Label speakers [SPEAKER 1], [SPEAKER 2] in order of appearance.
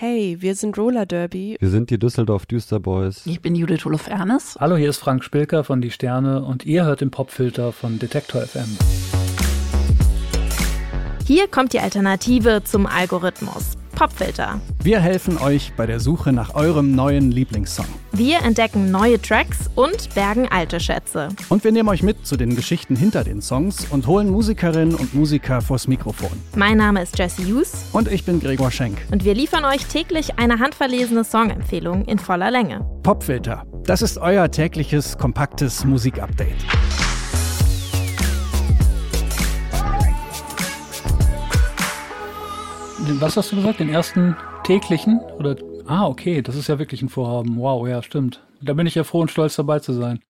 [SPEAKER 1] Hey, wir sind Roller Derby.
[SPEAKER 2] Wir sind die Düsseldorf Düsterboys.
[SPEAKER 3] Ich bin Judith Holof Ernest.
[SPEAKER 4] Hallo, hier ist Frank Spilker von Die Sterne und ihr hört den Popfilter von Detektor FM.
[SPEAKER 5] Hier kommt die Alternative zum Algorithmus. Popfilter.
[SPEAKER 6] Wir helfen euch bei der Suche nach eurem neuen Lieblingssong.
[SPEAKER 5] Wir entdecken neue Tracks und bergen alte Schätze.
[SPEAKER 6] Und wir nehmen euch mit zu den Geschichten hinter den Songs und holen Musikerinnen und Musiker vors Mikrofon.
[SPEAKER 5] Mein Name ist Jessie Hughes
[SPEAKER 6] Und ich bin Gregor Schenk.
[SPEAKER 5] und wir liefern euch täglich eine handverlesene Songempfehlung in voller Länge.
[SPEAKER 6] Popfilter, das ist euer tägliches, kompaktes Musikupdate.
[SPEAKER 4] Was hast du gesagt? Den ersten täglichen? Oder? Ah, okay, das ist ja wirklich ein Vorhaben. Wow, ja, stimmt. Da bin ich ja froh und stolz dabei zu sein.